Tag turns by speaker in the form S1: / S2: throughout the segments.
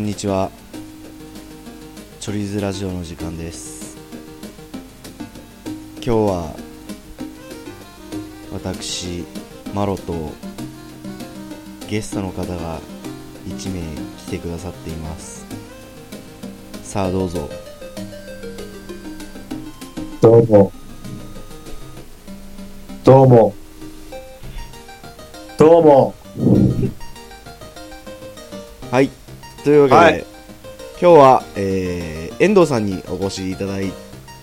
S1: にちはチョリーズラジオの時間です今日は私マロとゲストの方が1名来てくださっていますさあどうぞ
S2: どうも。どうも。どうも。
S1: はいというわけで、
S2: はい
S1: 今日は、えー遠藤さんにお越しいただい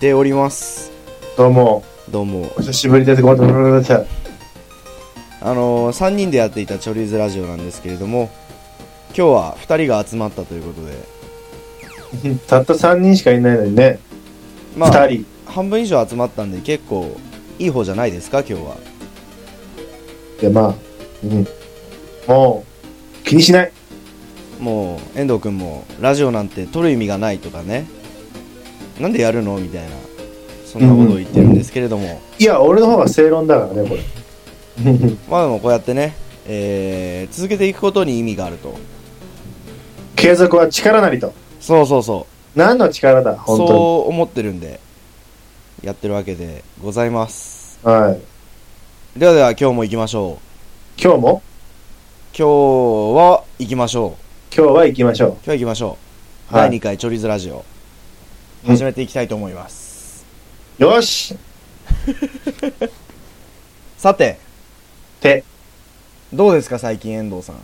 S1: ております
S2: どうも。
S1: どうも
S2: お久しぶりです。ごめんなさい。
S1: あのー、3人でやっていたチョリーズラジオなんですけれども今日は2人が集まったということで
S2: たった3人しかいないのにね。
S1: ま
S2: 2
S1: あ
S2: 人。
S1: 半分以上集まったんで結構いい方じゃないですか今日は
S2: で、まあ。うん。もう、気にしない。
S1: もう遠藤君もラジオなんて撮る意味がないとかねなんでやるのみたいなそんなことを言ってるんですけれども、
S2: いや、俺の方が正論だからね、これ。
S1: まあでもこうやってね、えー続けていくことに意味があると
S2: 継続は力なりと。
S1: そうそうそ
S2: 何の力だ、
S1: う
S2: 本当
S1: そう思ってるんでやってるわけでございます
S2: に。はい。
S1: ではでは今日も行きましょう
S2: 今日も
S1: 今日は行きましょう
S2: 今日は行きましょ
S1: 今日は行きましょう、
S2: はい
S1: 第2回チョリズラジオ
S2: うん
S1: 始めていきたいと思います、
S2: う。よし
S1: さて
S2: って。
S1: どうですか最近遠藤さん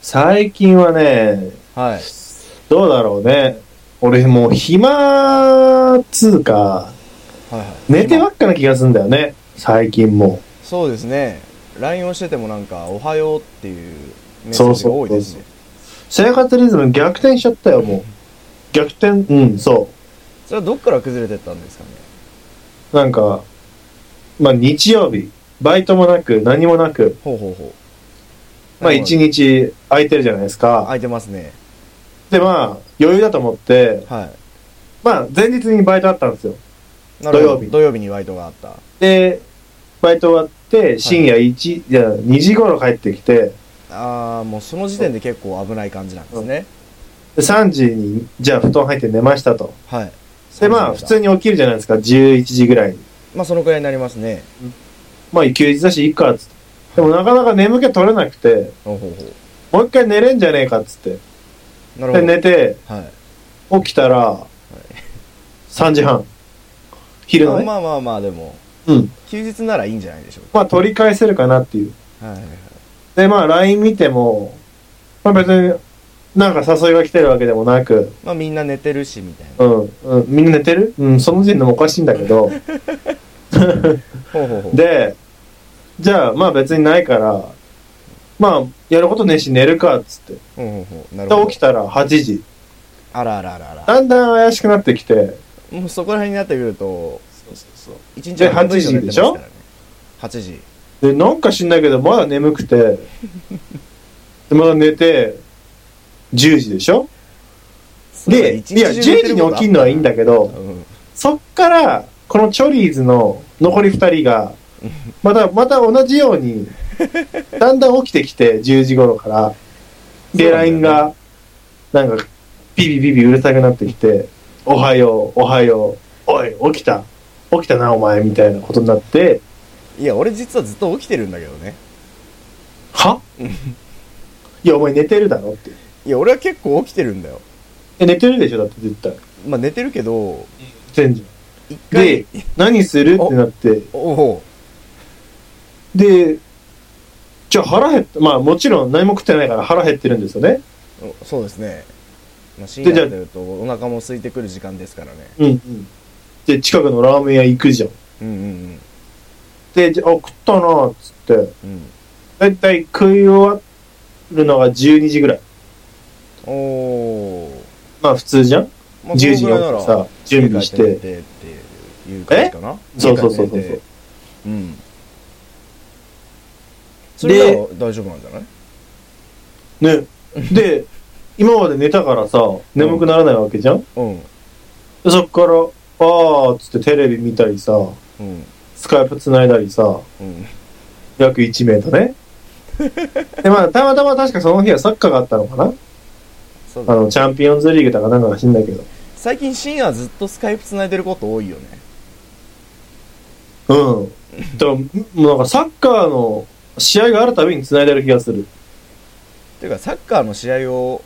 S2: 最近はね、
S1: はい
S2: どうだろうね。俺もう暇、つうか、
S1: はいはい
S2: 寝てばっかな気がするんだよね。最近も
S1: そうですね LINE をしててもなんか「おはよう」っていうメッセージが多いですね
S2: う。生活リズム逆転しちゃったよ、もう。逆転、うん、そ
S1: それはどっから崩れてったんですかね
S2: う。なんか、まあ日曜日、バイトもなく、何もなく、
S1: ほうほうほう
S2: まあ一
S1: 日
S2: 日空いてるじゃないですか。
S1: 空いてますね
S2: で、まあ、余裕だと思って、
S1: は
S2: まあ前日にバイトあったんですよ。
S1: いなるほど
S2: 土曜日
S1: 土曜日にバイトがあった
S2: で、バイト終わって、深夜1、い、や、2時頃帰ってきて、
S1: ああもうその時点で結構危ない感じなんですね、
S2: で3時に、じゃあ布団入って寝ましたと。
S1: はい
S2: で、まあ、普通に起きるじゃないですか、11時ぐらいに。
S1: まあそのくらいになりますね
S2: まあ、休日だし、いいか、つって。でも、なかなか眠気取れなくて、
S1: ほうほうほう
S2: もう一回寝れんじゃねえか、つって。
S1: なるほ
S2: で、
S1: ど、
S2: 寝て、
S1: はい
S2: 起きたら、3時半。昼のね。
S1: まあまあまあでも
S2: うん。
S1: 休日ならいいんじゃないでしょう
S2: まあ、取り返せるかなっていう。
S1: かはいはいはい
S2: で、まあ、LINE 見ても、まあ、別に、なんか誘いが来てるわけでもなく、
S1: まあみんな寝てるしみたいな
S2: うん、うん、みんな寝てるうん、その時点でもおかしいんだ けど、
S1: ほうほうほう
S2: で、じゃあ、まあ別にないから、まあ、やることねえし寝るか、つって。
S1: ほうほうほうなる
S2: で
S1: ほど
S2: 起きたら8時。
S1: あらあらあらあら
S2: だんだん怪しくなってきて、
S1: もうそこら辺になってくると、一日
S2: で
S1: 半分以上
S2: 8時でし
S1: 寝
S2: ょ
S1: てますからね ?8 時。
S2: で、なんか知んないけど、まだ眠くて、で、まだ寝て、10時でしょで、いや、10時に起きるのはいいんだけ
S1: ど
S2: ど、そっから、このチョリーズの残り2人が、また、また同じように、だんだん起きてきて、10時頃から。
S1: そ
S2: で、
S1: うなんだよ
S2: LINE
S1: ね
S2: が、なんか、ビビビビうるさくなってきて、おはよう、おはよう、おい、起きた、起きたな、お前、みたいなことになって、
S1: いや、俺実はずっと起きてるんだけどね。
S2: はいや、お前寝てるだろって。
S1: いや、俺は結構起きてるんだよ。
S2: え、寝てるでしょだって絶対。
S1: まあ寝てるけど、
S2: 全然。
S1: 一回
S2: で、、何するってなって、
S1: おお
S2: で、じゃあ腹減った、まあもちろん何も食ってないから腹減ってるんですよね。
S1: うおそうですね。まあ、深
S2: じ
S1: 夜
S2: ゃあ
S1: になるとお腹も空いてくる時間ですからね。
S2: うんうん。で、近くのラーメン屋行くじゃん。
S1: うんうん
S2: で、じゃあ、あ食ったなっつって、
S1: うん。
S2: だいたい食い終わるのが12時ぐらい。
S1: うん、おお。
S2: まあ普通じゃん
S1: ま
S2: ?10 時に起きてさ、準備し。
S1: 家帰ってて寝てっていう感じかな。
S2: そうそうそうそ
S1: 家帰
S2: う
S1: って寝てうん。それなら大丈夫なんじゃない
S2: ね。で、今まで寝たからさ、眠くならないわけじゃん
S1: うん。
S2: でそっから、あーっつってテレビ見たりさ、
S1: うん。
S2: スカイプ繋いだりさ、
S1: うん。
S2: 約1名とね。で、まあ、たまたま確かその日はサッカーがあったのかな
S1: そうだ
S2: あの、チャンピオンズリーグとかなんかが知んないけど。
S1: 最近深夜ずっとスカイプ繋いでること多いよね
S2: うん。だから、もうなんかサッカーの試合があるたびに繋いでる気がする。
S1: ていうかサッカーの試合を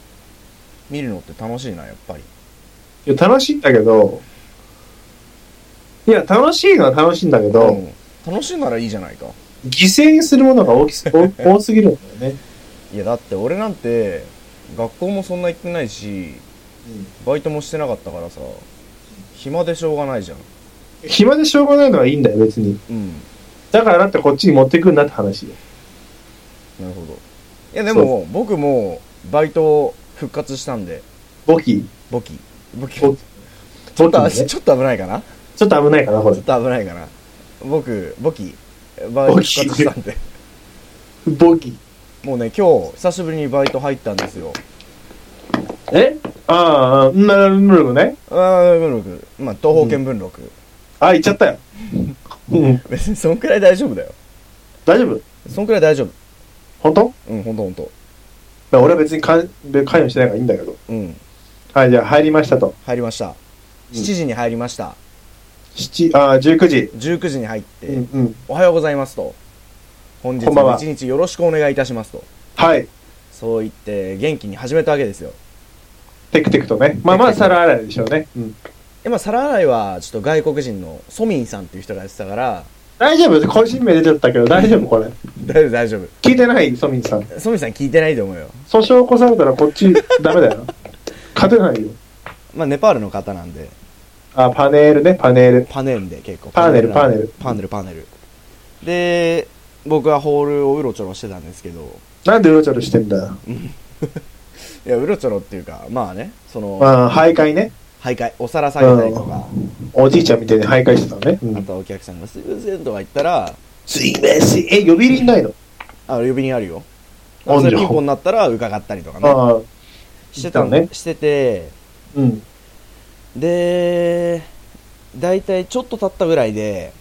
S1: 見るのって楽しいなやっぱり
S2: いや、楽しいんだけど、いや、楽しいのは楽しいんだけど、
S1: ん楽しいならいいじゃないか
S2: 犠牲にするものが大きす多多すぎるんだよね。
S1: いやだって俺なんて学校もそんな行ってないしバイトもしてなかったからさ暇でしょうがないじゃん
S2: 暇でしょうがないのはいいんだよ、別に。
S1: うん
S2: だからだってこっちに持ってくるなって話よ。
S1: なるほどいやでも僕もバイト復活したんで
S2: 簿記。
S1: 簿記簿記ちょ
S2: 簿
S1: っ
S2: 記。簿
S1: と
S2: 記ね、
S1: あち
S2: ちょ
S1: ょっと危ないかな
S2: っと危ないかな、こ
S1: ちょ
S2: れ
S1: っ。と危ないかな僕簿記バイト
S2: 簿
S1: 復活
S2: 記
S1: したんで
S2: 簿記。
S1: もうね今日久しぶりにバイト入ったんですよ
S2: えああ、なるほどね。
S1: あー文録まあ東方見文録、
S2: あ、行っちゃったよ。うん、
S1: 別にそんくらい大丈夫だよ
S2: 大丈夫
S1: そんくらい大丈夫
S2: 本当
S1: うんほんとほんと
S2: まあ俺は別にかん関与してないからいいんだけど。
S1: うん
S2: はい、じゃあ入りましたと。
S1: 入りました
S2: うん
S1: 7時に入りました
S2: 7、ああ、19時。
S1: 19時に入って、
S2: うん、うん。
S1: おはようございますと本日
S2: こんばん
S1: も
S2: は
S1: 一日よろしくお願いいたしますと
S2: はい。
S1: そう言って元気に始めたわけですよ
S2: テクテクとね。まあまあ、皿洗いでしょうね。うん。
S1: でまあ皿洗いはちょっと外国人のソミンさんっていう人がやってたから
S2: 大丈夫個人名出ちゃったけど、大丈夫これ。
S1: 大丈夫大丈夫
S2: 聞いてないソミンさん。
S1: ソミンさん聞いてないと思うよ
S2: 訴訟起こされたらこっちダメだ よ。勝てないよ。
S1: まあネパールの方なんで
S2: あ、パネールね、パネール。
S1: パネルで結構
S2: パネル
S1: なんで
S2: パ
S1: パネルパネルで僕はホールをうろちょろしてたんですけど
S2: なんでうろちょろしてんだよ。
S1: いやうろちょろっていうかまあねその
S2: まあ、徘徊ね。
S1: 徘徊お皿下げたりとか
S2: おじいちゃんみたいに徘徊してたのね。う
S1: あ
S2: ん、
S1: とはお客さんが「すいません」とか言ったら
S2: すいません。え、呼び鈴ないの
S1: あ呼びにあるよ
S2: あ
S1: それ
S2: じゃあ
S1: ピンポンになったら伺ったりとかね
S2: ああ、
S1: してたん
S2: ね
S1: してて
S2: うん。
S1: で大体ちょっと経ったぐらいで、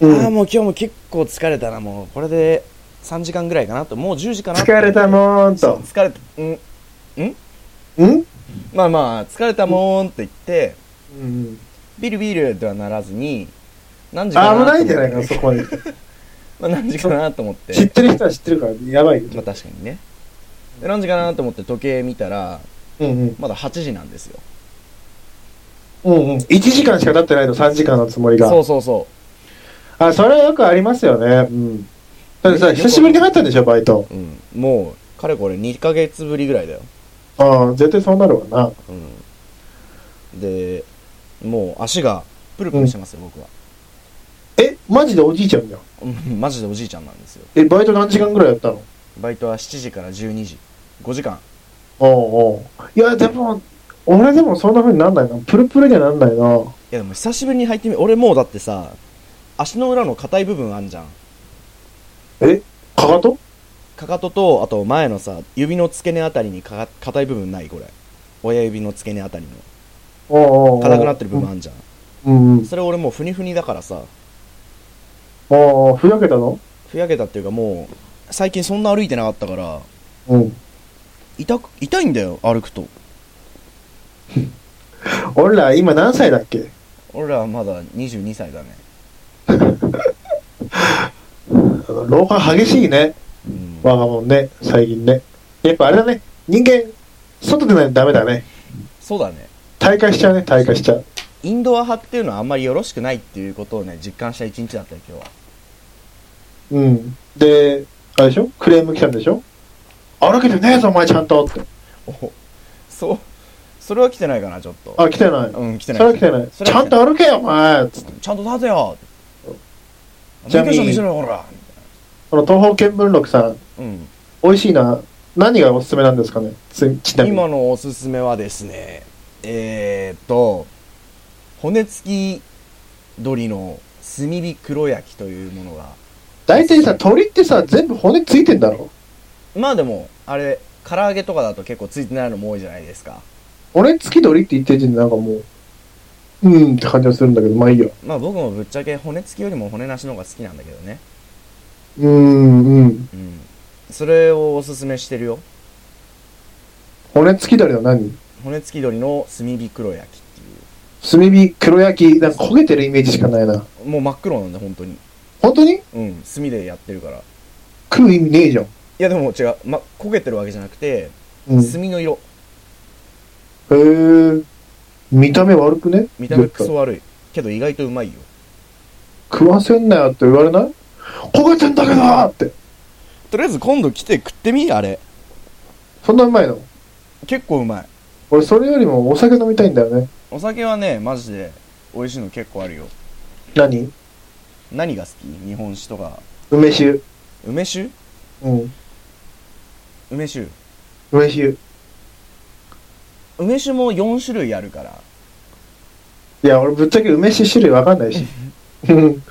S2: うん
S1: ああもう今日も結構疲れたなもうこれで3時間ぐらいかなともう10時かなって
S2: 疲れたもーん
S1: そう
S2: と。
S1: 疲れたうん
S2: うん
S1: まあまあ疲れたもんって言って
S2: うん。
S1: ビールビールではならずに何時
S2: 危
S1: かなと思っ
S2: な
S1: て
S2: いんじゃないかな、そこ まで。
S1: まあ、何時かなと思っ
S2: 知っててる人は知ってるから、やばいよ。
S1: まあ確かにねで何時かなと思って時計見たら
S2: うん
S1: まだ8時なんですよ
S2: うん。うんうん。1時間しか経ってないと3時間のつもりが。
S1: そうそうそ
S2: あ、それはよくありますよね。うん。だってさ、久しぶりに入ったんでしょ、バイト。
S1: う、うん、もうかれこれ2ヶ月ぶりぐらいだよ、
S2: ああ、絶対そうなるわな。
S1: うん、でもう足がプルプルしてますよ、僕は
S2: え、マジでおじいちゃんじゃん。
S1: うんマジでおじいちゃんなんですよ
S2: え、バイト何時間ぐらいやったの
S1: バイトは7時から12時5時間
S2: おうおういや、でも、俺でもそんな風になんないな。プルプルにはなんないな。
S1: いやでも久しぶりに入ってみ俺もうだってさ足の裏の硬い部分あんじゃん
S2: えかかと
S1: かかととあと前のさ指の付け根あたりにかか硬い部分ないこれ親指の付け根あたりの
S2: おうおうおう
S1: 硬くなってる部分あんじゃん、
S2: うんうん。
S1: それ俺もうふにふにだからさ
S2: おうおうふやけたの
S1: ふやけたっていうかもう最近そんな歩いてなかったから
S2: うん。
S1: 痛く痛いんだよ歩くと
S2: 俺ら今何歳だっけ
S1: 俺らはまだ22歳だね
S2: あの老化激しいね。
S1: うん
S2: 我がもんね。最近ね。やっぱあれだね。人間、外でないとダメだね。
S1: そうだね
S2: 退化しちゃうね。退化しちゃう。
S1: インドア派っていうのはあんまりよろしくないっていうことをね実感した一日だったよ今日は
S2: うん。で、あれでしょクレーム来たんでしょ歩けてねえぞ、お前ちゃんとって。
S1: おそうそれは来てないかなちょっと
S2: あ、来てない。
S1: うん来て
S2: そ
S1: ない
S2: れは来てない。
S1: それ
S2: ちゃ
S1: は
S2: ん
S1: 来てな
S2: と歩けよ、お前つって
S1: ちゃんと立てよ
S2: ちなみ
S1: 免許
S2: に
S1: 証見せろよほら
S2: この東方見聞録さん、
S1: うん
S2: 美味しいな。何がおすすめなんですかねつちなみに。
S1: 今のおすすめはですねえー、っと骨付き鶏の炭火黒焼きというものが
S2: 大体さ、鳥ってさ、全部骨ついてんだろ
S1: まあでもあれ唐揚げとかだと結構ついてないのも多いじゃないですか
S2: 骨付き鳥って言ってる時点でなんかもう、うんって感じがするんだけど、まあいいよ。
S1: まあ僕もぶっちゃけ骨付きよりも骨なしの方が好きなんだけどね
S2: うーん、うん。
S1: うんそれをおすすめしてるよ
S2: 骨付き鳥は何
S1: 骨付き鳥の炭火黒焼きってい
S2: 炭火黒焼き、なんか焦げてるイメージしかないな。
S1: うもう真っ黒なんだ本当に
S2: 本当に
S1: うん炭でやってるからい
S2: 食う意味ねえじゃん。
S1: やでも違う、ま、焦げてるわけじゃなくて
S2: うん。へ
S1: 炭の色
S2: え。見た目悪くね
S1: 見た目
S2: 絶
S1: ク
S2: 対
S1: ソ悪いけど意外とうまいよ
S2: 食わせんなよって言われない焦げてんだけどーって。
S1: とりあえず今度来て食ってみあれ
S2: そんなうまいの
S1: 結構うまい
S2: 俺それよりもお酒飲みたいんだよね。
S1: お酒はねマジで美味しいの結構あるよ
S2: 何
S1: 何が好き日本酒とか
S2: 梅酒。
S1: 梅酒
S2: うん。
S1: 梅酒
S2: 梅酒。い
S1: 梅酒も4種類あるから
S2: や、俺ぶっちゃけ梅酒種類わかんないし。うん。
S1: なんか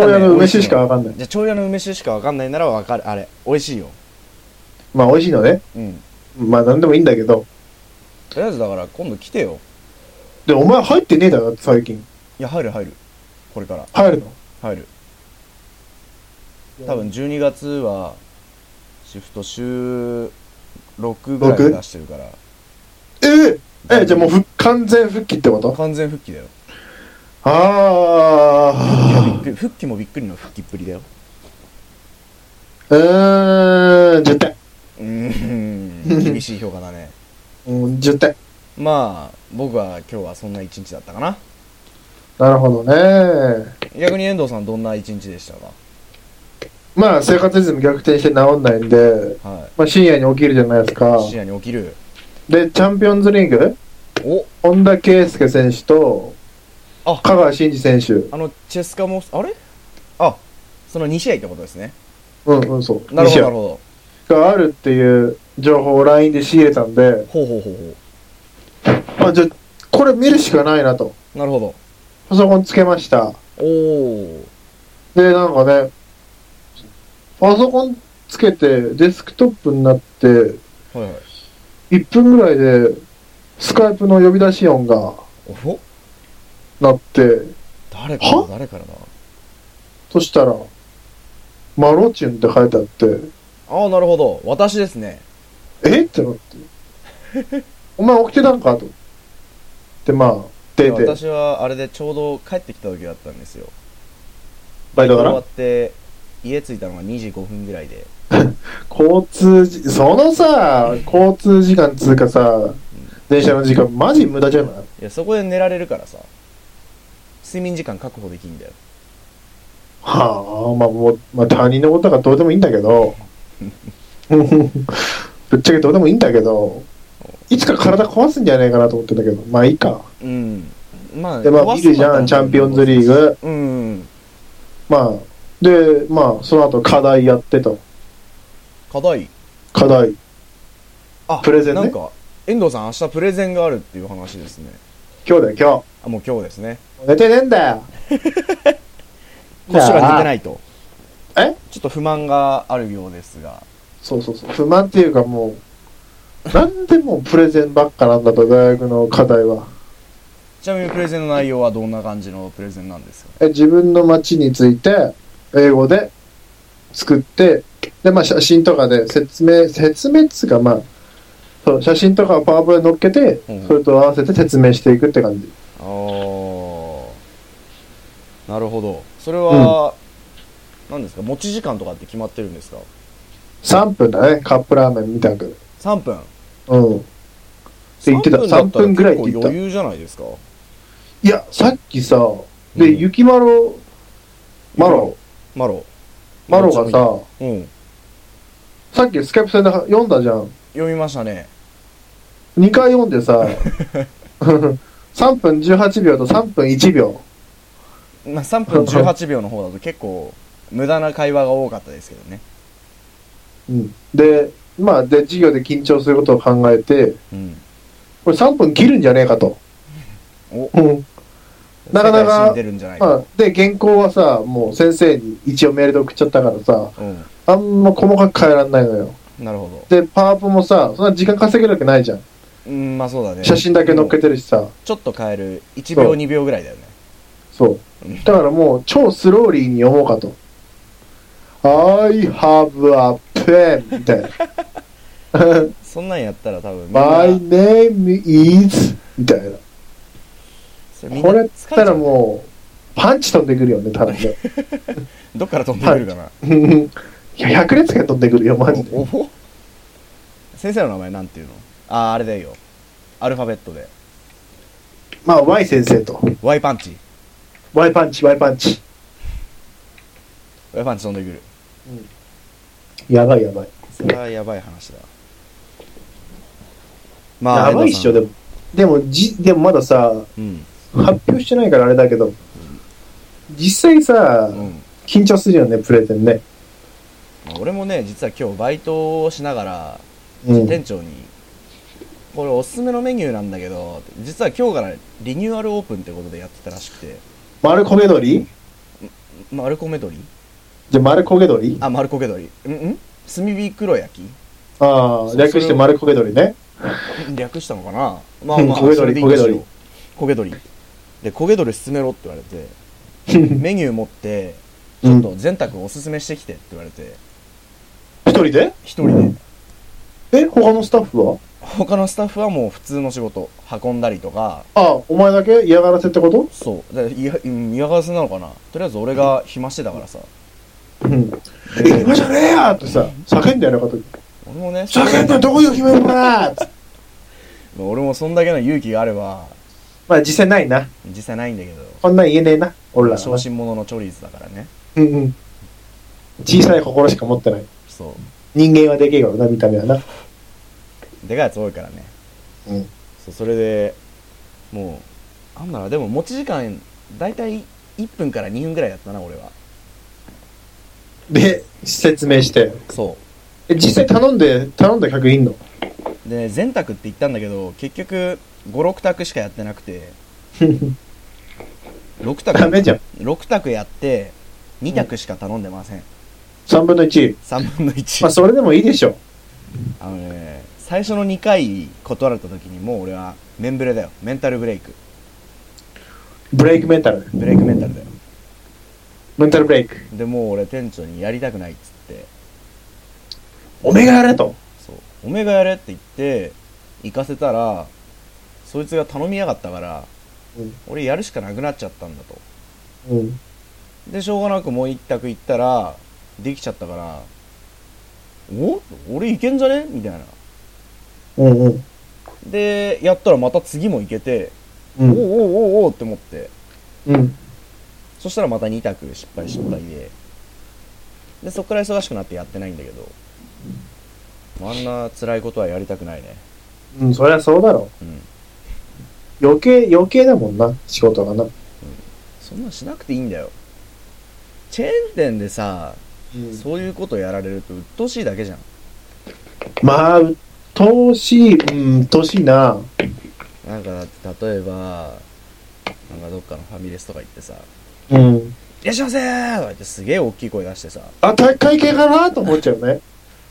S2: 長
S1: ね
S2: 屋の梅酒しかわかんな
S1: 美
S2: い
S1: 味しいのじゃあ長屋の梅酒しかわかんないならわかるあれ美味しいよ
S2: まあ美味しいのね。
S1: うん
S2: まあなんでもいいんだけど。
S1: とりあえずだから今度来てよ
S2: で、お前入ってねえだろ、最近。
S1: いや入る入るこれから
S2: 入るの
S1: 入る多分12月はシフト週6ぐらいで出してるから
S2: えええじゃあもう復完全復帰ってこと
S1: 完全復帰だよいやびっ
S2: あ
S1: くり復帰もびっくりの復帰っぷりだよ
S2: あ。うーん、10点。
S1: うーん厳しい評価だね
S2: うん、10点。
S1: まあ僕は今日はそんな一日だったかな
S2: なるほどね。
S1: 逆に遠藤さんどんな一日でしたか
S2: まあ生活リズム逆転して治んないんで、
S1: は
S2: まあ深夜に起きるじゃないですか
S1: い。深夜に起きる
S2: で、チャンピオンズリーグ、
S1: お
S2: 本田圭佑選手と、
S1: あ
S2: 香川真司選手。
S1: あのチェスカもあれあその2試合ってことですね
S2: うん、うん、そう。
S1: なるほどなる
S2: 西
S1: ほ
S2: 矢があるっていう情報を LINE で仕入れたんで
S1: ど、ほうほうほうほ
S2: あ、じゃあ、これ見るしかないなと。
S1: うなるほど
S2: パソコンつけました。
S1: おお
S2: で、なんかね、パソコンつけて、デスクトップになって、
S1: はいはい
S2: 1分ぐらいで、スカイプの呼び出し音が
S1: おお
S2: 鳴って、
S1: 誰から
S2: は
S1: だ誰からだ
S2: そしたら、マロチュンって書いてあって、
S1: ああなるほど私ですね
S2: えってなって。お前起きてたんかと。で、まあ、出て、
S1: 私はあれでちょうど帰ってきた時だったんですよ
S2: バイトか
S1: 終わ
S2: ら
S1: って家着いたのが2時5分ぐらいで
S2: 交通じ、そのさ、交通時間つうかさ、電車の時間、マジ無駄じゃない
S1: いやそこで寝られるからさ睡眠時間確保できんだよ
S2: はあ、まあもう、まあ他人のことがどうでもいいんだ けど、ぶっちゃけどうでもいいんだけど、いつか体壊すんじゃないかなと思ってんだけど、まあいいか。
S1: うんまあ
S2: で、まあ
S1: 壊
S2: 見
S1: す
S2: る
S1: の
S2: じゃ
S1: は
S2: ん、チャンピオンズリーグ。
S1: うんうん
S2: まあ、で、まあその後課題やってと。
S1: 課題
S2: 課題。
S1: あ
S2: プレゼンね
S1: なんか遠藤さん明日プレゼンがあるっていう話ですね
S2: 今日だよ、
S1: あもう今日ですね
S2: 今日。寝てねえんだよ。。
S1: こっちが寝てないいと
S2: え
S1: ちょっと不満があるようですが
S2: そうそうそう。不満っていうかもう、なんでもうプレゼンばっかなんだと、大学の課題は。
S1: ちなみにプレゼンの内容はどんな感じのプレゼンなんですか
S2: え自分の街について英語で作ってで、まあ、写真とかで説明説明っつうかまあそう写真とかをパワーポで載っけて、
S1: うん
S2: それと合わせて説明していくって感じ
S1: ああなるほどそれは、何ですか持ち時間とかって決まってるんですか
S2: 3分だねカップラーメンみたいな
S1: 3分
S2: うんて言ってた
S1: 3分
S2: 3分ぐらいって
S1: だ
S2: 言
S1: っ
S2: った
S1: ら結構
S2: た
S1: 余裕じゃないですか
S2: いやさっきさで、
S1: うん
S2: 雪まろマロ
S1: マロ
S2: マロがさ
S1: うん
S2: さっきスキャプ戦で読んだじゃん
S1: 読みましたね
S2: 2回読んで さ3分18秒と3分1秒
S1: まあ、3分18秒の方だと結構無駄な会話が多かったですけどね、
S2: うんで、まあ、で、授業で緊張することを考えて、
S1: うん、
S2: これ3分切るんじゃねえかと。
S1: お
S2: うん。なかな
S1: 世界史に
S2: か
S1: 出、るんじゃない
S2: ま
S1: か
S2: あ、で、原稿はさ、もう先生に一応メールで送っちゃったからさ、
S1: う
S2: あんま細かく変えらんないのよ。
S1: んなるほど
S2: で、パワーポもさ、そんな時間稼げるわけないじゃん。
S1: うんまあそうだね
S2: 写真だけ載っけてるしさ、
S1: ちょっと変える1秒
S2: そう
S1: 2秒ぐらいだよね
S2: そう
S1: うん。
S2: だからもう、超スローリーに読もうかと。I have a pen! みたいな。
S1: そんなんやったら多分みんな
S2: My name is みたいな。
S1: それみんな
S2: これっつった
S1: 疲
S2: ら
S1: れちゃ
S2: もう、パンチ飛んでくるよね、ただね。
S1: うどっから飛んでくるかな
S2: うん いや、百列が飛んでくるよ、マジ
S1: お
S2: で。
S1: おほ先生の名前なんていうのあああれだよアルファベットで
S2: まあ、Y 先生と。
S1: Y パンチ
S2: Y パンチ、Y パンチ。
S1: Y パンチ飛んでくる
S2: やばいやばい。
S1: それはやばい話だまあ
S2: やばいっしょ、で
S1: も
S2: も。でも、じ、でもまださ、
S1: うん
S2: 発表してないからあれだけど、実際さ
S1: う、ん
S2: 緊張するよね、プレゼンね。
S1: まあ俺もね実は今日バイトをしながら
S2: うん。
S1: 店長に、これおすすめのメニューなんだけど、実は今日からリニューアルオープンってことでやってたらしくて、
S2: 丸焦げ鳥
S1: マルコメ鳥
S2: じゃ、丸焦げ鳥
S1: あ、マルコケ鳥。うんうん炭火黒焼き
S2: ああ、略して丸焦げ鳥ね。
S1: ん略したのかなま
S2: うん焦げ鳥
S1: それでいいんですよ
S2: 焦げ
S1: 焦
S2: 鳥。
S1: げ鳥。で、焦げ鳥進めろって言われて、メニュー持って、ち
S2: う
S1: ょ
S2: ん
S1: っと全卓おすすめしてきてって言われて、
S2: 一人で
S1: 一人で。
S2: え、他のスタッフは
S1: 他のスタッフはもう普通の仕事、運んだりとか、
S2: ああ、お前だけ嫌がらせってこと
S1: そう、だいやうん嫌がらせなのかなとりあえず俺が暇してたからさ。
S2: うん。
S1: で
S2: え、今じゃねえやってさ、叫んだよね、こと
S1: 俺もね、
S2: 叫んだよどこよ、姫村ーって
S1: 俺もそんだけの勇気があれば
S2: まあ、実際ないな。
S1: 実際ないんだけど
S2: こんなん言えねえな、俺らは
S1: 小心者のチョリーズだからね
S2: うんうん。小さい心しか持ってない。
S1: そ
S2: 人間はでけえからな、見た目はな。
S1: うでかいやつ多いからね
S2: うん。
S1: そうそれでもうなんだろうでも持ち時間大体1分から2分ぐらいだったな俺は
S2: で、説明して。
S1: そ
S2: え実際頼んで、頼んだ客いんの
S1: うで全卓って言ったんだけど結局56卓しかやってなく て6卓
S2: ダメじゃん。
S1: 6卓やって2卓しか頼んでません、
S2: 3分の1。
S1: 3分の1、
S2: まあ、それでもいいでしょ。
S1: あのね最初の2回断られた時にもう俺はメンブレだよメンタルブレイク
S2: ブレイクメンタル。
S1: ブレイクメンタルだよ
S2: メンタルブレイク。
S1: でもう俺店長にやりたくないっつって
S2: おめがやれと。
S1: そうおめがやれって言って行かせたらそいつが頼みやがったから、
S2: うん
S1: 俺やるしかなくなっちゃったんだと
S2: うん。
S1: でしょうがなくもう一択行ったらできちゃったからお俺いけんじゃねみたいな
S2: うんうん。
S1: でやったらまた次も行けて、
S2: う。
S1: おうんおうおうおうって思って
S2: うん。
S1: そしたらまた2択失敗失敗で。で、そこから忙しくなってやってないんだけど。あんな辛いことはやりたくないね。
S2: うん、そりゃそうだろ。
S1: うん。
S2: 余計、余計だもんな、仕事がな。
S1: そんなんしなくていいんだよ。チェーン店でさ、そういうことやられると鬱陶しいだけじゃん。
S2: まあ、うっとうしい、うん、うっとうしいな。
S1: なんかだって例えば、なんかどっかのファミレスとか行ってさ、
S2: うん。
S1: いらっしゃいませーとか言ってすげえ大きい声出してさ、
S2: あ、高い系かなと思っちゃうね。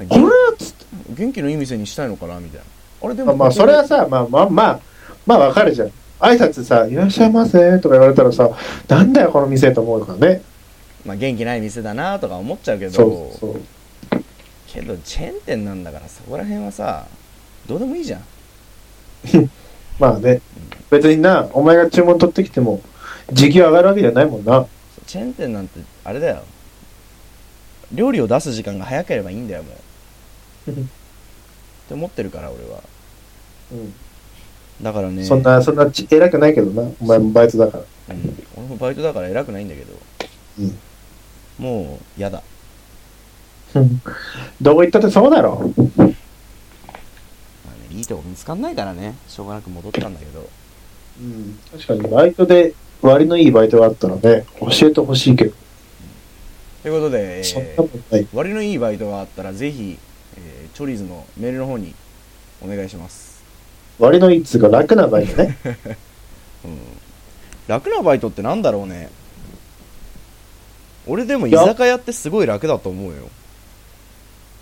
S2: これ
S1: 元
S2: はつって
S1: 元気のいい店にしたいのかなみたいな。あれで
S2: まあ
S1: も、
S2: まあ、それはさ、まあまあまあ、まあわかるじゃん。挨拶さ、いらっしゃいませとか言われたらさ、なんだよこの店と思うからね。
S1: まあ元気ない店だなとか思っちゃうけど、
S2: そうそう。
S1: けどチェーン店なんだからそこら辺はさどうでもいいじゃん
S2: まあね、別にな、お前が注文取ってきても、時給上がるわけじゃないもんな。
S1: チェーン店なんてあれだよ料理を出す時間が早ければいいんだよもう って思ってるから俺は
S2: う
S1: だからね
S2: ん、そん、な、そんなち偉くないけどな、お前もバイトだから。
S1: うん俺もバイトだから偉くないんだけど、
S2: うん
S1: もうやだ
S2: どこ行ったってそうだろ。
S1: まあねいいとこ見つかんないからねしょうがなく戻ったんだけど
S2: うん、確かに、バイトで割のいいバイトがあったらね、教えてほしいけど、
S1: ということで、え
S2: そんな
S1: ー
S2: ことない。
S1: 割のいいバイトがあったらぜひ、えーチョリーズのメールの方にお願いします
S2: 割のいいっつうか楽なバイト ね。
S1: うん楽なバイトってなんだろうね俺でも居酒屋ってすごい楽だと思うよ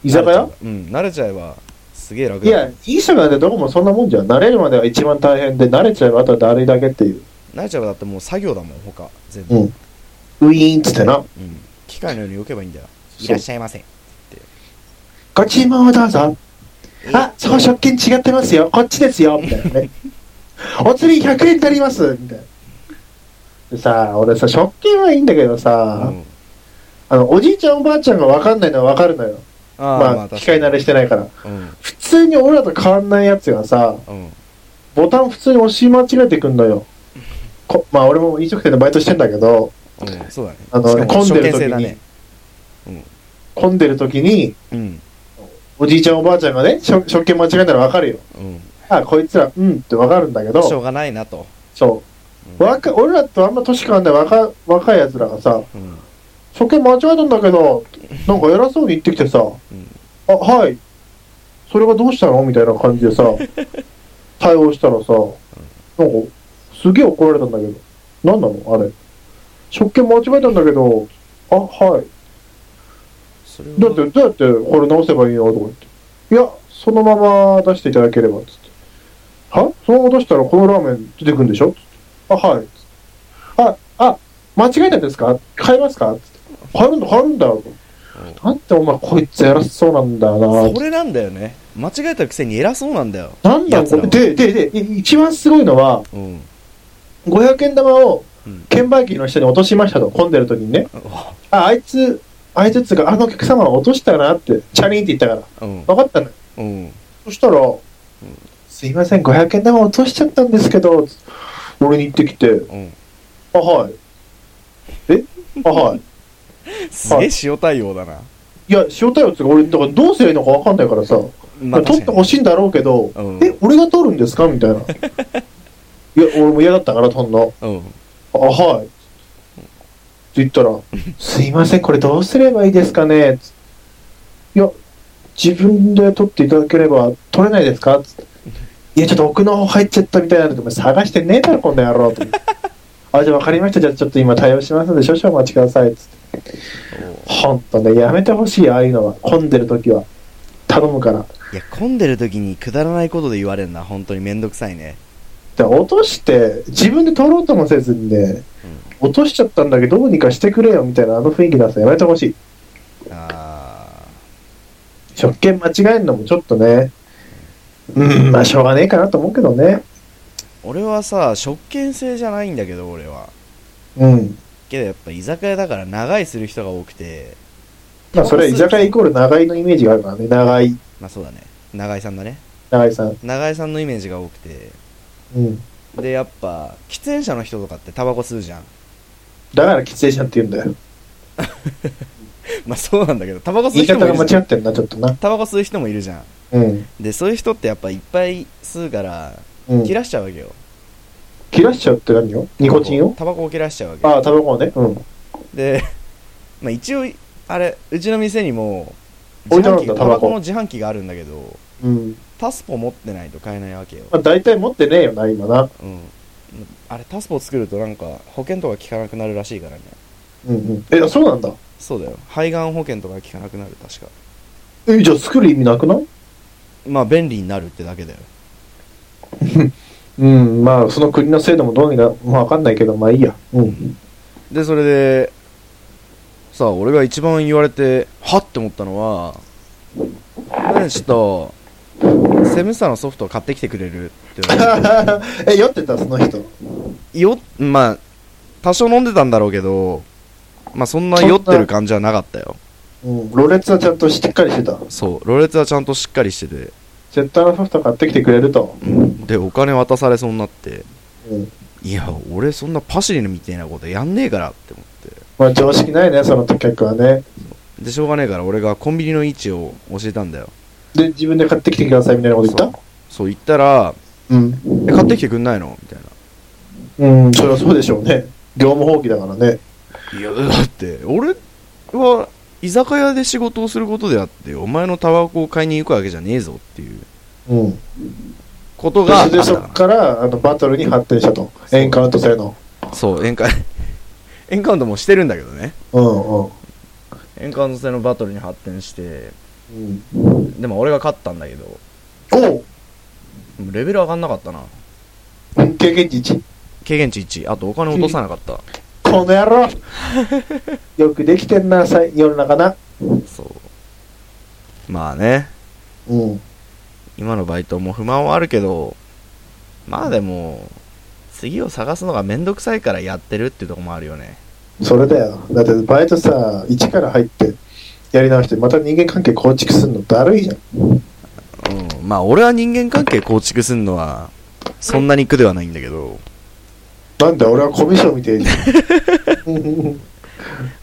S2: 居酒屋
S1: うん慣れちゃえばすげえ楽
S2: い
S1: だ
S2: や、いい人がでどこもそんなもんじゃん。慣れるまでは一番大変で、慣れちゃえばあとはだるいだけっていう。
S1: 慣れちゃえばだってもう作業だもん他全部、
S2: うん。ウィーンっつってな。
S1: うん機械のように置けばいいんだよ
S2: そう
S1: いらっしゃいませ
S2: ご注文をどうぞ。あ、そこ食券違ってますよ。こっちですよ。みたいなね。 お釣り100円になります。みたいな。でさ、俺さ、食券はいいんだけどさ、
S1: うん
S2: あの、おじいちゃんおばあちゃんがわかんないのはわかるのよ。
S1: あー
S2: まあ、機械慣れしてないから。
S1: 確かにうん
S2: 普通に俺らと変わんないやつがさ、
S1: うん
S2: ボタン普通に押し間違えてくんのよ。こまあ、俺も飲食店でバイトしてんだけど、
S1: うんそうだね
S2: あの
S1: しかも
S2: 混んで
S1: 初見
S2: る時
S1: 性だ
S2: に、
S1: ね
S2: 混んでる時に、
S1: うん
S2: おじいちゃんおばあちゃんがね、食食券間違えたらわかるよ。
S1: うん
S2: あ、こいつら、うんってわかるんだけ
S1: しょう
S2: ど、
S1: がないなと
S2: そう。若い俺らとあんま年変わんない若若い奴らがさ、
S1: うん
S2: 食券間違えたんだけど、なんか偉そうに言ってきてさ、あ、はい、それがどうしたのみたいな感じでさ、対応したらさ、なんか、すげえ怒られたんだけど、なんなのあれ。食券間違えたんだけど、あ、はい。
S1: それ
S2: だって、
S1: は
S2: どうやってこれ直せばいいのとか言って。いや、そのまま出していただければ、つって。はそのまま出したらこのラーメン出てくるんでしょつって。あ、はい。つってあ、あ、間違えたんですか買えますかつって。買えるんだ、買えるんだよ。なんてお前こいつ偉そうなんだよな。
S1: それなんだよね間違えたくせに偉そうなんだよ
S2: なんだ
S1: やつ
S2: こ
S1: らは
S2: れ。で、で、で、い一番すごいのは、
S1: うん
S2: 500円玉を
S1: うん
S2: 券売機の下に落としましたと、混んでる時にね。
S1: あ
S2: あ、あいつ、あいつっつうか、あのお客様を落としたなって、チャリンって言ったから。
S1: うん
S2: 分かったのよ
S1: うん
S2: そしたら、すいません、500円玉落としちゃったんですけど、つ俺に言ってきて、
S1: うん
S2: あ、はい。えあ、はい。
S1: すげえ塩対応だない
S2: や、塩対応っつうか、俺、だからどうすりゃいいのか分かんないからさ、
S1: まあ
S2: 取ってほしいんだろうけど、
S1: うん
S2: え、俺が取るんですかみたいな。いや、俺も嫌だったから、取んの。
S1: うん
S2: あ、はい。って言ったら、すいません、これどうすればいいですかねついや、自分で取っていただければ取れないですかつっていや、ちょっと奥の方入っちゃったみたいなんで、お前探してねえだろ、こんな野郎と思って。あ、じゃあ分かりました。じゃあちょっと今対応しますので、少々お待ちください。つって。ほんとね、やめてほしい、ああいうのは。混んでる時は。頼むから。
S1: いや混んでる時にくだらないことで言われるな本当にめんどくさいね
S2: で落として、自分で取ろうともせずにね、落としちゃったんだけど、どうにかしてくれよ、みたいなあの雰囲気出すのやめてほしい。
S1: あ
S2: 食券間違えるのもちょっとね、うん、まあしょうがねえかなと思うけどね。
S1: ー俺はさ食券制じゃないんだけど俺は
S2: うん。
S1: けどやっぱ居酒屋だから長居する人が多くて
S2: まあそれは居酒屋イコール長井のイメージがあるからね。長井、
S1: まあそうだね長井さんだね
S2: 長井さん。
S1: 長井さんのイメージが多くて
S2: うん。
S1: でやっぱ喫煙者の人とかってタバコ吸うじゃん
S2: だから喫煙者って言うんだよ。
S1: まあそうなんだけどタバコ吸
S2: 言
S1: う
S2: い
S1: 人
S2: 方
S1: もい
S2: が
S1: るじゃ
S2: 間違
S1: ん
S2: ってるな、ちょっとな。
S1: タバコ吸う人もいるじゃん
S2: うん。
S1: でそういう人ってやっぱいっぱい吸うから
S2: うん
S1: 切。らしちゃうわけよ、
S2: 切らしちゃうって何よニコチンを
S1: タバコを切らしちゃうわけ
S2: ああ、タバコをね。うん。
S1: で、まあ、一応あれうちの店にも
S2: 置いてあるん
S1: 自販
S2: だ
S1: 機
S2: タ
S1: タ
S2: バコ
S1: バコの自販機があるんだけど
S2: うん。
S1: タスポ持ってないと買えないわけよ、
S2: まあ大体持ってねえよな、今な。
S1: うん、あれタスポ作るとなんか保険とか効かなくなるらしいからね
S2: うんうん。え、そうなんだ。
S1: そうだよ肺がん保険とか効かなくなる確か
S2: え、じゃあ作る意味なくない
S1: まあ便利になるってだけだよ
S2: うん、まあその国の制度もどうにか、まあわかんないけど、まあいいや。うん。
S1: でそれでさあ俺が一番言われてはっって思ったのは「ちょっとセブンスターのソフトを買ってきてくれる」って言われて
S2: え、酔ってた、その人。
S1: よまあ多少飲んでたんだろうけどまあそんな酔ってる感じはなかったよ
S2: うん。ろれつはちゃんとしっかりしてた。
S1: そうろれつはちゃんとしっかりしてて、
S2: ジェットアラソフト買ってきてくれると。
S1: うんでお金渡されそうになって
S2: うん。
S1: いや俺そんなパシリみたいなことやんねえからって思って
S2: まあ常識ないね、その客はね。
S1: でしょうがねえから俺がコンビニの位置を教えたんだよ
S2: で、自分で買ってきてくださいみたいなこと言った
S1: そう言ったら
S2: うん。
S1: 「え買ってきてくんないの?」みたいな
S2: うん、それはそうでしょうね。業務放棄だからね。
S1: いやだって俺は居酒屋で仕事をすることであってお前のタバコを買いに行くわけじゃねえぞっていう
S2: うん。
S1: ことがあっ
S2: そ
S1: た
S2: れでそっ
S1: か
S2: から、あの、バトルに発展したと。
S1: そう
S2: エンカウント制の。
S1: らそう宴会 エンカウントもしてるんだけどね
S2: うんうん。
S1: エンカウント制のバトルに発展して
S2: うん、
S1: でも俺が勝ったんだけど
S2: おう
S1: レベル上がんなかったな
S2: うん経験値1。
S1: 経験値1あとお金落とさなかった
S2: この野 郎よくできてんな、さい世の中な。
S1: そうまあね
S2: うん。
S1: 今のバイトも不満はあるけどまあでも次を探すのがめんどくさいからやってるっていうところもあるよね
S2: それだよ。だってバイトさ、一から入ってやり直して、また人間関係構築するのだるいじゃん。
S1: うんまあ俺は人間関係構築するのはそんなに苦ではないんだけど
S2: なんだ、俺はコミュ障みてえじゃ ん。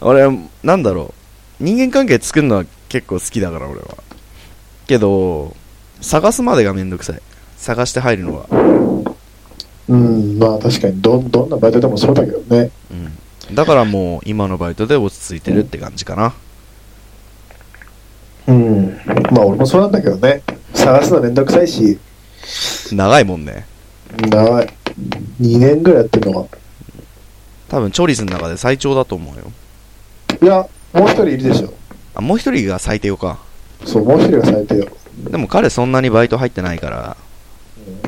S1: 俺なんだろう人間関係作るのは結構好きだから俺はけど探すまでがめんどくさい探して入るのは
S2: うん、まあ確かにど、どんなバイトでもそうだけどね。
S1: うんだからもう今のバイトで落ち着いてるって感じかな
S2: うん。まあ俺もそうなんだけどね。探すのめんどくさいし、
S1: 長いもんね
S2: 長い。2年ぐらいやってるのは。
S1: 多分チョリスの中で最長だと思うよ
S2: いや、もう一人いるでしょ。
S1: あもう一人が最低よか
S2: そう、もう一人が最低よ。
S1: でも彼そんなにバイト入ってないから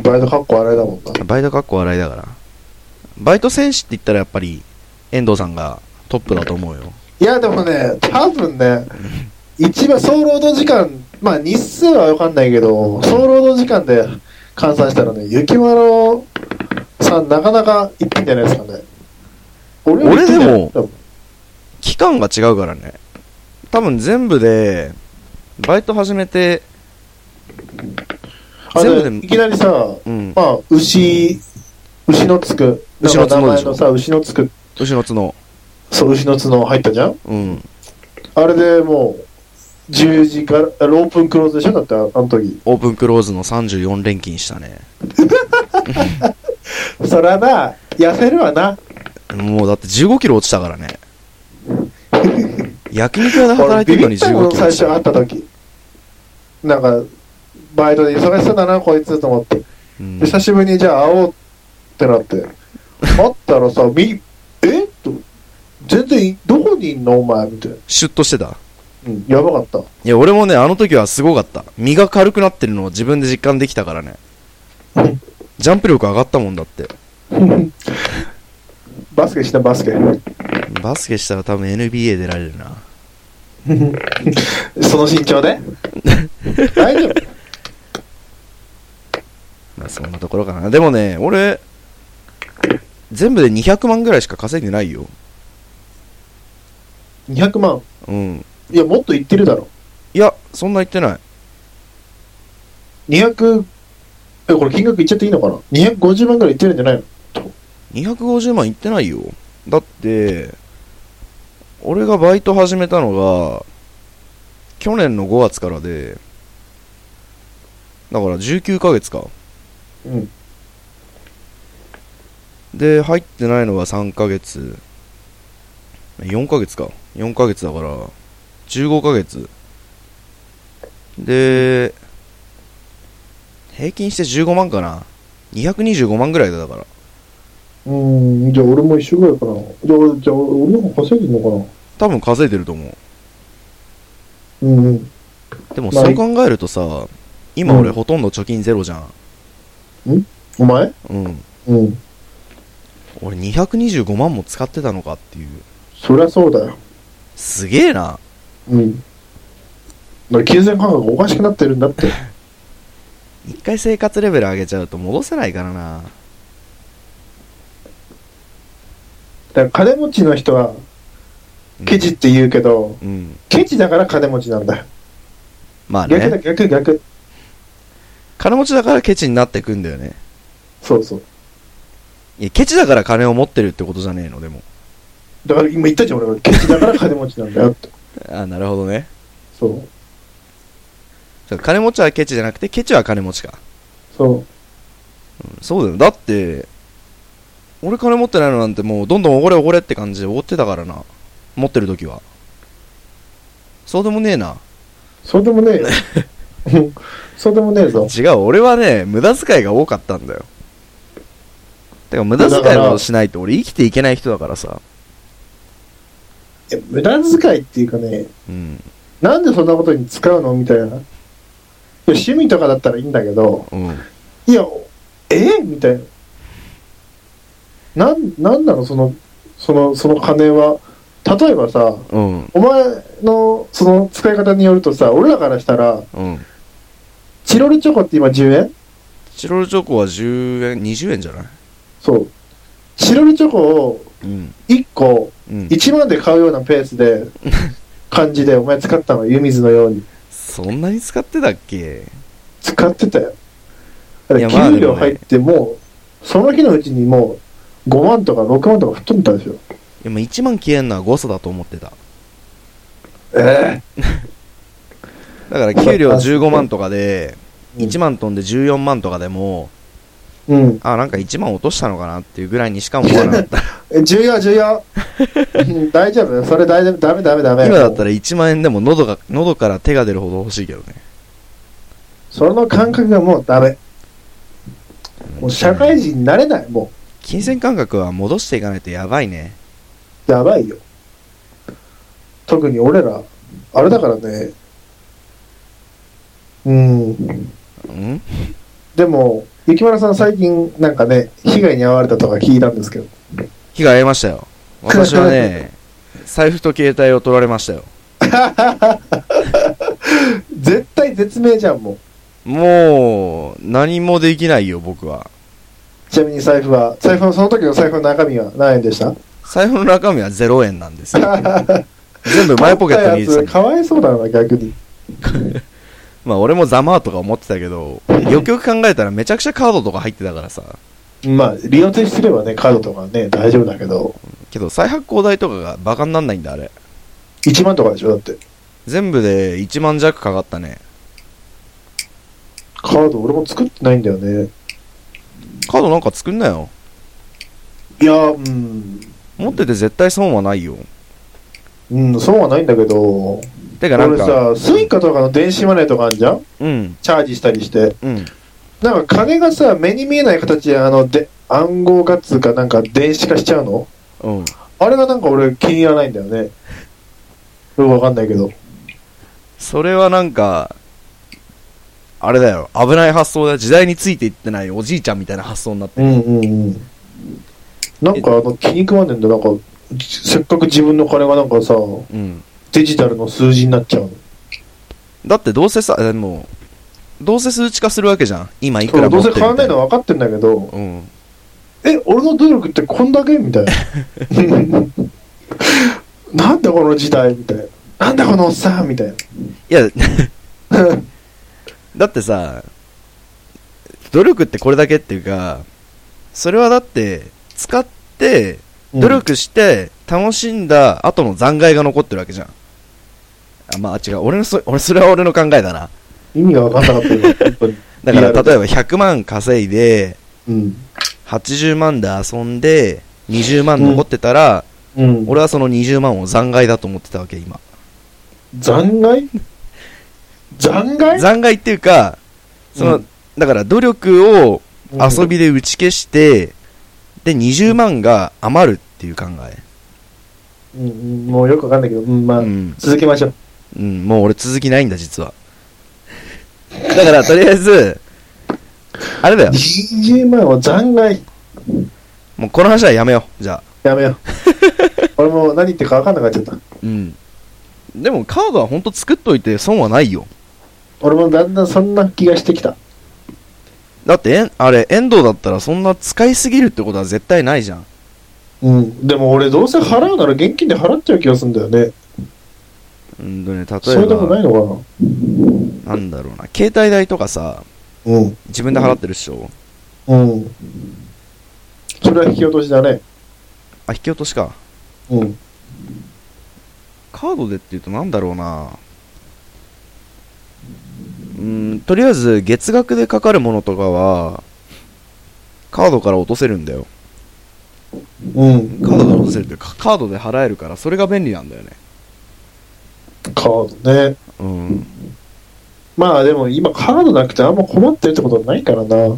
S2: バイトかっこ笑いだもんな。
S1: バイトかっこ笑いだからバイト戦士って言ったらやっぱり遠藤さんがトップだと思うよ
S2: いや、でもね、多分ね、一番総労働時間、まあ日数はわかんないけど、総労働時間で換算したらね、雪丸さん、なかなかいってんじゃないですかね。俺より行ってんじゃない
S1: 俺でも、期間が違うからね多分全部でバイト始めて
S2: あ
S1: 全部
S2: の
S1: で
S2: いきなりさ、
S1: うん
S2: まあ、牛、牛のつく、
S1: 牛の角でしょ
S2: なんか名前のさ、牛のつく、
S1: 後ろ角
S2: そう、牛の角入ったじゃん
S1: うん
S2: あれでもう、10時から、あロープンクローズでしょだって、ああの時。
S1: オープンクローズの34連勤したね
S2: そらな、痩せるわな。
S1: もうだって15キロ落ちたから ね焼肉屋で働
S2: 俺
S1: いて
S2: ビ
S1: るのに
S2: ビった
S1: 15
S2: の
S1: キロ
S2: 最
S1: 落ち
S2: 初
S1: た
S2: 会った時なんかバイトで忙しそうだなこいつと思って、
S1: うん
S2: 久しぶりにじゃあ会おうってなって会ったらさ「みえっ?」と「全然いどこにいんのお前」みたいな、
S1: シュッとしてた
S2: うん、やばかった
S1: いや俺もねあの時はすごかった身が軽くなってるのを自分で実感できたからね
S2: うん
S1: ジャンプ力上がったもんだって
S2: バスケしなバスケ
S1: バスケしたら多分 NBA 出られるな
S2: その身長で大丈夫
S1: まあそんなところかなでもね俺全部で200万ぐらいしか稼いでないよ
S2: 200万
S1: うん
S2: いやもっといってるだろ
S1: いやそんな言ってない
S2: 200えこれ金額いっちゃっていいのかな250万ぐらいいってるんじゃないの
S1: 250万いってないよだって俺がバイト始めたのが去年の5月からでだから19ヶ月か
S2: うん
S1: で入ってないのが3ヶ月4ヶ月か4ヶ月だから15ヶ月で平均して15万かな225万ぐらいだだから
S2: うーん、じゃあ俺も一緒ぐらいかな。じゃあ俺、じゃあ俺の方が稼いでんのか
S1: 多分稼いでると思う
S2: なうんうん。
S1: でも
S2: まあ
S1: そう考えるとさ今俺
S2: うん
S1: ほとんど貯金ゼロじゃん
S2: お前
S1: うん
S2: うん。
S1: 俺225万も使ってたのかっていう
S2: そりゃそうだよ。
S1: すげえな
S2: うん。だから金銭感覚おかしくなってるんだって。
S1: 一回生活レベル上げちゃうと戻せないからな
S2: だから金持ちの人は
S1: うん
S2: ケチって言うけど、
S1: うん
S2: ケチだから金持ちなんだよ。
S1: まあ
S2: 逆だ、
S1: ね
S2: 逆、逆。
S1: 金持ちだからケチになってくんだよね
S2: そうそう。
S1: いやケチだから金を持ってるってことじゃねえのでも
S2: だから今言ったじゃん、俺は。ケチだから金持ちなんだよって。
S1: あなるほどね
S2: そう。
S1: そう金持ちはケチじゃなくてケチは金持ちか
S2: そう。
S1: そうだよだって俺金持ってないのなんてもうどんどんおごれおごれって感じでおごってたからな持ってる時はそうでもねえな
S2: そうでもねえ よ。そうでもねえぞ。
S1: 違う俺はね無駄遣いが多かったんだよてか無駄遣いをしないと俺生きていけない人だからさ
S2: いや無駄遣いっていうかね、
S1: うん
S2: なんでそんなことに使うのみたいな。いや趣味とかだったらいいんだけど、
S1: うん
S2: いや、えみたいな。なん、なんなのその、その、その金は。例えばさ、
S1: うん
S2: お前のその使い方によるとさ、俺らからしたら、
S1: うん
S2: 違チロルチョコって今10円
S1: チロルチョコは10円20円じゃない
S2: そう。チロルチョコを
S1: うん
S2: 1個
S1: うん
S2: 1万で買うようなペースで、感じでお前使ったの、湯水のように。
S1: そんなに使ってたっけ
S2: 使ってたよ。だ
S1: い
S2: か
S1: や
S2: ら
S1: まあ
S2: 給料入ってもう、その日のうちにもう5万とか6万とか吹っ飛んだんですよ。
S1: いやまあ1万消えんのは誤差だと思ってた
S2: え
S1: だから給料15万とかで
S2: うん
S1: 1万飛んで14万とかでも
S2: えうん。
S1: あなんか1万落としたのかなっていうぐらいにしか思わなかった
S2: え重要、重要。うん大丈夫それ大丈夫。ダメ、ダメ、ダメ。
S1: 今だったら1万円でも喉が喉から手が出るほど欲しいけどね
S2: その感覚がもうダメ。もう社会人になれない。も
S1: 金銭感覚は戻していかないとやばいね
S2: う、やばいよ。特に俺ら、あれだからね。うん。
S1: うん
S2: でも、雪村さん最近なんかね、被害に遭われたとか聞いたんですけど。
S1: 被害ありましたよ私はね財布と携帯を取られましたよ
S2: 絶対絶命じゃん、もう。
S1: もう何もできないよ僕は
S2: ちなみに財布は、財布の、その時の財布の中身は何円 でした
S1: 財布の中身は0円なんですよ全部マイポケッ トに入れてた
S2: 買ったやつかわいそうだな、逆に。
S1: まあ俺もざまあとか思ってたけど、よくよく考えたらめちゃくちゃカードとか入ってたからさ、
S2: まあ、利用停止すればね、カードとかね、大丈夫だけど、
S1: けど再発行代とかがバカになんないんだあれ。
S2: 1万とかでしょ、だって。
S1: 全部で1万弱かかったね。
S2: カード俺も作ってないんだよね。
S1: カードなんか作んなよ。
S2: いや、うん、
S1: 持ってて絶対損はないよ。
S2: うん、そうはないんだけど、
S1: てかなん
S2: 俺
S1: か、
S2: さ、スイカとかの電子マネーとかあるじゃん
S1: うん、
S2: チャージしたりして。
S1: うん。
S2: なんか金がさ、目に見えない形で、あの、で暗号化っつうか、なんか電子化しちゃうの
S1: うん、
S2: あれがなんか俺気に入らないんだよね。よくわかんないけど。
S1: それはなんか、あれだよ、危ない発想だ。時代についていってないおじいちゃんみたいな発想になって
S2: うんうんうん。なんかあの気に食わねえんだよなんか、せっかく自分の金がなんかさ、
S1: うん。
S2: デジタルの数字になっちゃうの。
S1: だってどうせさ、でもう、どうせ数値化するわけじゃん。今いく
S2: そ
S1: ら
S2: うど
S1: 持
S2: う
S1: って
S2: せ
S1: るみ
S2: 買
S1: た
S2: わないのは分かってんだけど、
S1: うん。
S2: え、俺の努力ってこんだけみたいな。 なんだこの時代みたいな。なんだこのおっさんみたい
S1: いや、
S2: な。
S1: だってさ努力ってこれだけっていうかそれはだって使って努力して楽しんだ後の残骸が残ってるわけじゃん、あまあ違う俺のそ俺それは俺の考えだな
S2: 意味が分かんなかったよ本当に
S1: だから
S2: リアルで
S1: 例えば100万稼いで
S2: うん。
S1: 80万で遊んで20万残ってたら、
S2: うん。
S1: 俺はその20万を残骸だと思ってたわけ今
S2: 残骸残骸
S1: 残骸っていうかその、
S2: うん
S1: だから努力を
S2: うん
S1: 遊びで打ち消して、で、20万が余るっていう考え。
S2: うんうん、もうよくわかんないけど、うん、まあ、
S1: うん
S2: 続けましょう。
S1: うん、もう俺続きないんだ、実は。だから、とりあえず、あれだよ。
S2: 20万を残骸
S1: もうこの話はやめよう、じゃあ。
S2: やめよう。俺もう何言ってるかわかんなくなっちゃった。
S1: うん。でも、カードはほんと作っといて損はないよ。
S2: 俺もだんだんそんな気がしてきた。
S1: だって、えんあれ、遠藤だったらそんな使いすぎるってことは絶対ないじゃん。
S2: うん。でも俺どうせ払うなら現金で払っちゃう気がするんだよね。
S1: うんとね、
S2: そうい
S1: 例え
S2: うとこな
S1: ば、
S2: いの
S1: なんだろうな、携帯代とかさ、
S2: かなうん。
S1: 自分で払ってるっしょ。
S2: うん。それは引き落としだね。
S1: あ、引き落としか。
S2: うん。
S1: カードでっていうとなんだろうなうーんとりあえず月額でかかるものとかはカードから落とせるんだよ
S2: うん。
S1: カードで落とせるっていうかカードで払えるからそれが便利なんだよね
S2: カードね。
S1: うん
S2: まあでも今カードなくてあんま困ってるってことはないからな。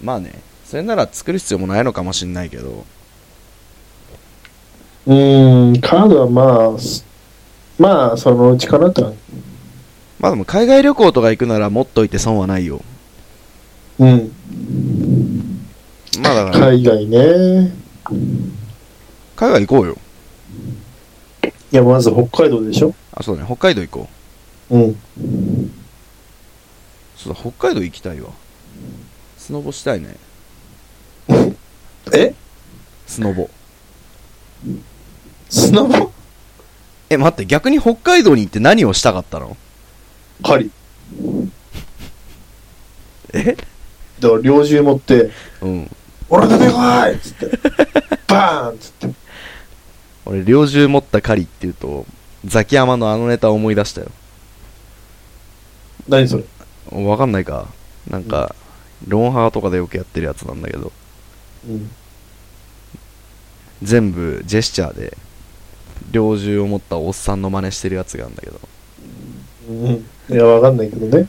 S1: まあねそれなら作る必要もないのかもしんないけど
S2: うん。カードはまあ、すまあそのうちかなって感じ
S1: まあでも海外旅行とか行くなら持っといて損はないよ
S2: うん。
S1: まあだから
S2: 海外ね。
S1: 海外行こうよ
S2: いや、まず北海道でしょ。
S1: あそうだね北海道行こ
S2: うん。
S1: そうだ北海道行きたいわスノボしたいね
S2: え
S1: スノボ
S2: スノボ
S1: え待って逆に北海道に行って何をしたかったの
S2: 狩り。
S1: え
S2: だから猟銃持って、
S1: うん
S2: 俺出てこいっつ って、バーンっつって、
S1: 俺猟銃持った狩りっていうとザキヤマのあのネタ思い出したよ
S2: 何それ
S1: わかんないかなんか、ロンハーとかでよくやってるやつなんだけど
S2: うん。
S1: 全部ジェスチャーで猟銃を持ったおっさんの真似してるやつがあるんだけど
S2: うんいや、わかんないけどね。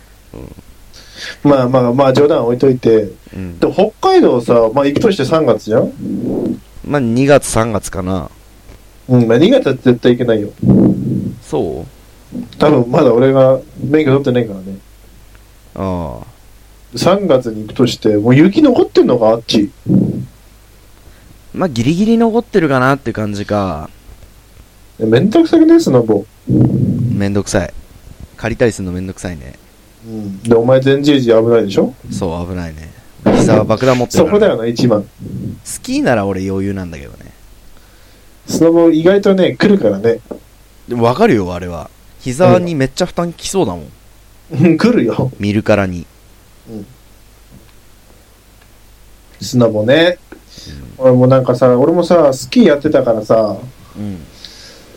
S2: まあまあまあ、冗談置いといて。
S1: うん
S2: でも北海道さ、まあ行くとして3月じゃん
S1: まあ2月3月かな
S2: うん、まあ2月は絶対行けないよ。
S1: そう
S2: 多分まだ俺が免許取ってないからね。
S1: ああ
S2: 3月に行くとして、もう雪残ってんのかあっち。
S1: まあギリギリ残ってるかなって感じか
S2: めんどくさくね、スノボ。
S1: めんどくさい借りたりするのめんどくさいね
S2: うん。で、お前前十字危ないでしょ
S1: そう危ないね膝は爆弾持ってる
S2: そ
S1: から
S2: こだよな、一番。
S1: スキーなら俺余裕なんだけどね
S2: スノボ意外とね、来るからね。
S1: でもわかるよあれは膝にめっちゃ負担きそうだもん
S2: うん、来るよ。
S1: 見るからに
S2: スノボね。俺もなんかさ、俺もさ、スキーやってたからさ、
S1: うん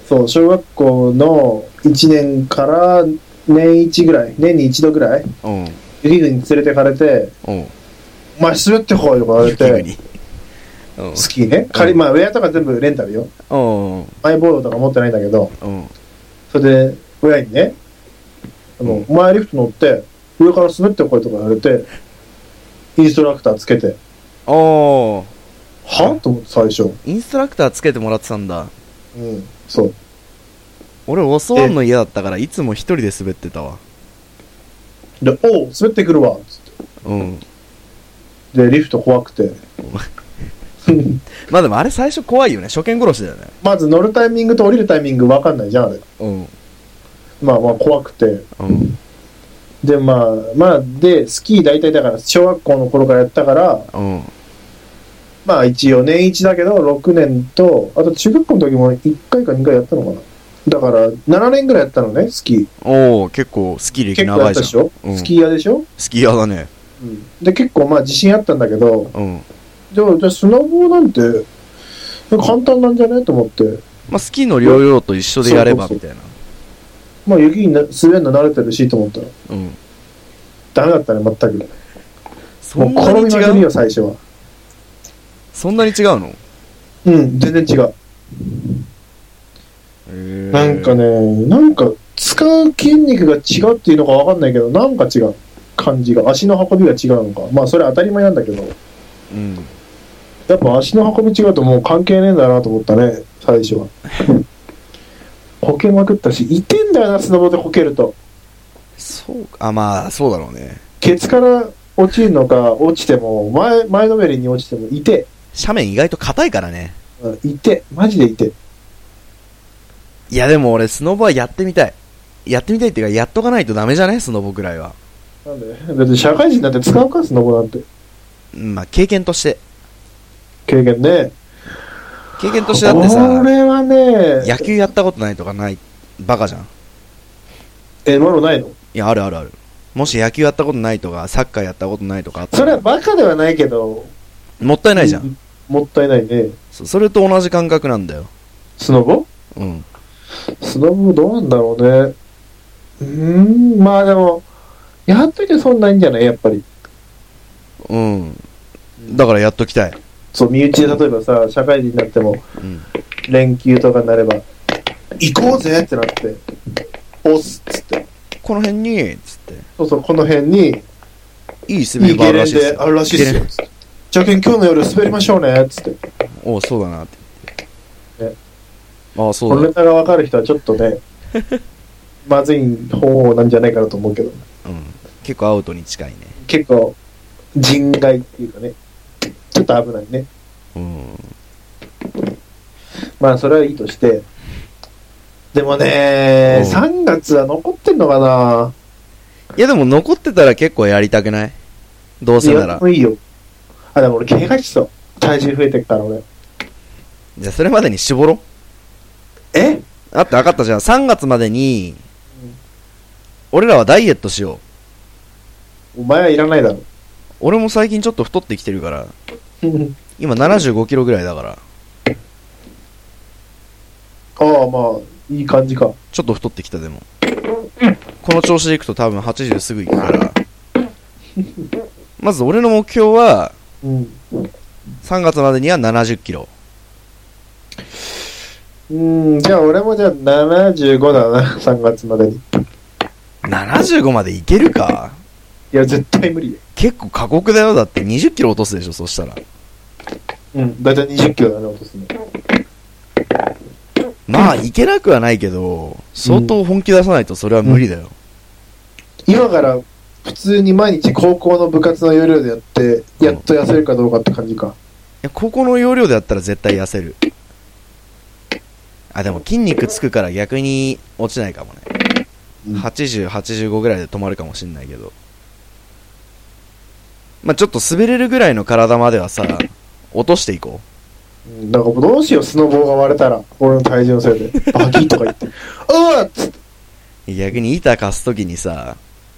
S2: そう、小学校の1年から年1ぐらい、年に1度ぐらい、
S1: うん
S2: 雪国に連れてかれて、
S1: うん
S2: お前滑ってこいとか言われ
S1: 雪
S2: て、
S1: 国うん
S2: スキーね。仮、まあ、ウェアとか全部レンタルよ。
S1: うん
S2: マイボードとか持ってないんだけど、
S1: うん
S2: それで、親にね、あの、お前リフト乗って、上から滑ってこいとか言われて、インストラクターつけて、
S1: おー
S2: はと思って最初。
S1: インストラクターつけてもらってたんだ
S2: うん。そう。
S1: 俺教わんの嫌だったからいつも一人で滑ってたわ
S2: で、おう、滑ってくるわつっ
S1: うん
S2: て。で、リフト怖くて。
S1: まあでもあれ最初怖いよね初見殺しだよね
S2: まず乗るタイミングと降りるタイミング分かんないじゃん、あれ。
S1: うん
S2: まあまあ怖くて。
S1: うん
S2: で、まあ、まあ、で、スキー大体だから、小学校の頃からやったから、
S1: うん
S2: まあ一応年一だけど、6年と、あと中学校の時も1回か2回やったのかな。だから、7年ぐらいやったのね、スキー。
S1: おお結構スキー歴
S2: 結構や
S1: 長
S2: っ
S1: い
S2: た
S1: じゃ
S2: で
S1: ん
S2: しょ、
S1: うん
S2: スキー屋でしょ、
S1: スキー屋だね
S2: で、結構まあ自信あったんだけど、
S1: うん
S2: でも、じゃあスノボなんて、簡単なんじゃないと思って、
S1: まあスキーの療養と一緒でやれば
S2: そう
S1: み
S2: そ
S1: たいな
S2: まあ雪にな滑るの慣れてるしと思ったら、
S1: うん
S2: ダメだったね、全く。
S1: そ
S2: もうん
S1: な
S2: 転
S1: に
S2: びまくり
S1: 違う
S2: よ、最初は。
S1: そんなに違うの
S2: うん、全然違う。なんかね、なんか、使う筋肉が違うっていうのかわかんないけど、なんか違う。感じが。足の運びが違うのか。まあ、それ当たり前なんだけど、
S1: うん
S2: やっぱ足の運び違うともう関係ねえんだなと思ったね、最初は。こけまくったし、いてんだよな、スノボでこけると。
S1: そうかあまあそうだろうね
S2: ケツから落ちるのか、落ちても、前、前のめりに落ちても、いて、
S1: 斜面意外と硬いからね
S2: うんいて、マジでいて。
S1: いやでも俺スノボはやってみたいやってみたいっていうかやっとかないとダメじゃねスノボぐらいは
S2: なんで別に社会人なんて使うか、スノボなんて。
S1: うんまあ経験として
S2: 経験ね。
S1: 経験としてだってさ
S2: 俺はね、
S1: 野球やったことないとかないバカじゃんい
S2: え、マロないの
S1: やあるあるあるもし野球やったことないとかサッカーやったことないとかあった
S2: それは
S1: ら
S2: バカではないけど、
S1: もったいないじゃん
S2: もったいないね。
S1: そそれと同じ感覚なんだよ
S2: スノボ
S1: うん
S2: スノボどうなんだろうね。うーん、まあでも、やっといてそんないんじゃないやっぱり。
S1: うんだからやっときたい
S2: そう、身内で例えばさ、社会人になっても、
S1: うん
S2: 連休とかになれば、行こうぜってなって、押すっつって。
S1: この辺につって
S2: そうそう、この辺に、
S1: いい滑
S2: い
S1: り
S2: い
S1: 場ある
S2: ゲレ
S1: らし
S2: ン
S1: いです
S2: デ
S1: よ
S2: あるらしいです
S1: ゲ
S2: よ
S1: レン。
S2: つってじゃけん今日の夜滑りましょうねっつって。
S1: おうそうだなって
S2: ね
S1: ああそ
S2: こ
S1: う
S2: の
S1: だ
S2: ネタが分かる人はちょっと ね、まずい方なんじゃないかなと思うけど、
S1: うん結構アウトに近いね
S2: 結構、人外っていうかね、ちょっと危ないね。
S1: うん
S2: まあそれはいいとして。でもね、
S1: うん
S2: 3月は残ってんのかな
S1: いやでも残ってたら結構やりたくないどうせなら
S2: い。やいいよ。あ、でも俺、怪我しそう。体重増えてっから、俺。
S1: じゃあそれまでに絞ろう。
S2: え
S1: だって分かったじゃん。3月までに
S2: うん、
S1: 俺らはダイエットしよう。
S2: お前はいらないだろ。
S1: 俺も最近ちょっと太ってきてるから、今75キロぐらいだから、
S2: ああ、まあ、いい感じか。
S1: ちょっと太ってきたでも。この調子でいくと多分80すぐいくから。まず俺の目標は、
S2: うん。
S1: 3月までには70キロ。
S2: うん、じゃあ俺もじゃあ75だな、3月までに。い
S1: 75までいけるか
S2: や、絶対無理よ。
S1: 結構過酷だよ。だって20キロ落とすでしょ、そしたら。
S2: うん、だいたい20キロだね、落とすの。
S1: まあ、いけなくはないけど、相当本気出さないとそれは無理だよ。
S2: 今から普通に毎日高校の部活の要領でやって、やっと痩せるかどうかって感じか。
S1: いや、ここの要領でやったら絶対痩せる。あ、でも筋肉つくから逆に落ちないかもね。
S2: は
S1: 80、85ぐらいで止まるかもしんないけど。まあ、ちょっと滑れるぐらいの体まではさ、落としていこ
S2: うんなんかもうどうしよう、スノボーが割れたら、俺の体重のせい で。バキッとか言って。うわっつって。
S1: う。逆に板貸すときにさ、